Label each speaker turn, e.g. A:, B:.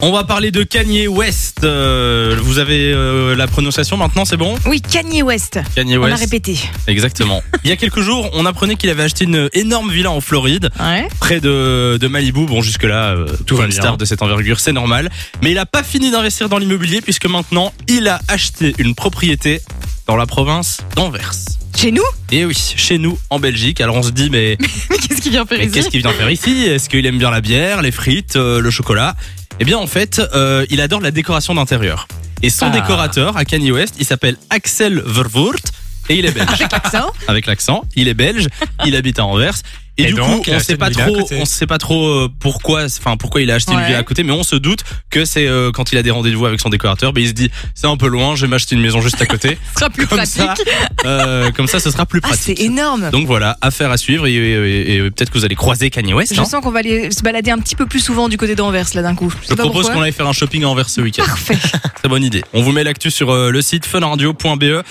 A: On va parler de Kanye West. Euh, vous avez euh, la prononciation maintenant, c'est bon
B: Oui, Kanye West.
A: Kanye
B: On a
A: West.
B: répété.
A: Exactement. Il y a quelques jours, on apprenait qu'il avait acheté une énorme villa en Floride,
B: Ouais.
A: près de, de Malibu. Bon, jusque-là, euh,
C: Tout
A: pour
C: va
A: une
C: bien.
A: star de cette envergure, c'est normal. Mais il a pas fini d'investir dans l'immobilier puisque maintenant, il a acheté une propriété dans la province d'Anvers.
B: Chez nous
A: Et oui, chez nous, en Belgique. Alors on se dit, mais
B: Mais qu'est-ce qu'il vient faire
A: Mais qu'est-ce
B: ici
A: qu'il vient faire ici Est-ce qu'il aime bien la bière, les frites, euh, le chocolat Eh bien, en fait, euh, il adore la décoration d'intérieur. Et son
B: Ah.
A: décorateur à Kanye West, il s'appelle Axel Verwoerd et il est belge.
B: Ça
A: Avec l'accent, il est belge, il habite à Anvers. Et,
C: Et
A: du
C: donc,
A: coup,
B: euh,
C: il a
A: on
C: acheté
A: sait
C: une
A: pas
C: villa à
A: trop,
C: côté.
A: on sait pas trop euh, pourquoi, enfin pourquoi il a acheté une
B: Ouais.
A: ville à côté, mais on se doute que c'est euh, quand il a des rendez-vous avec son décorateur, ben il se dit c'est un peu loin, je vais m'acheter une maison juste à côté,
B: Ce sera plus
A: Comme
B: pratique.
A: ça, Euh, comme ça ce sera plus
B: ah,
A: pratique.
B: c'est énorme.
A: Donc voilà, affaire à suivre et, et- et- et peut-être que vous allez croiser Kanye West.
B: Je
A: hein.
B: sens qu'on va aller se balader un petit peu plus souvent du côté d'Anvers là d'un coup.
A: Je propose qu'on aille faire un shopping à Anvers ce week-end.
B: Parfait.
A: Très bonne idée. On vous met l'actu sur euh, le site funradio.be.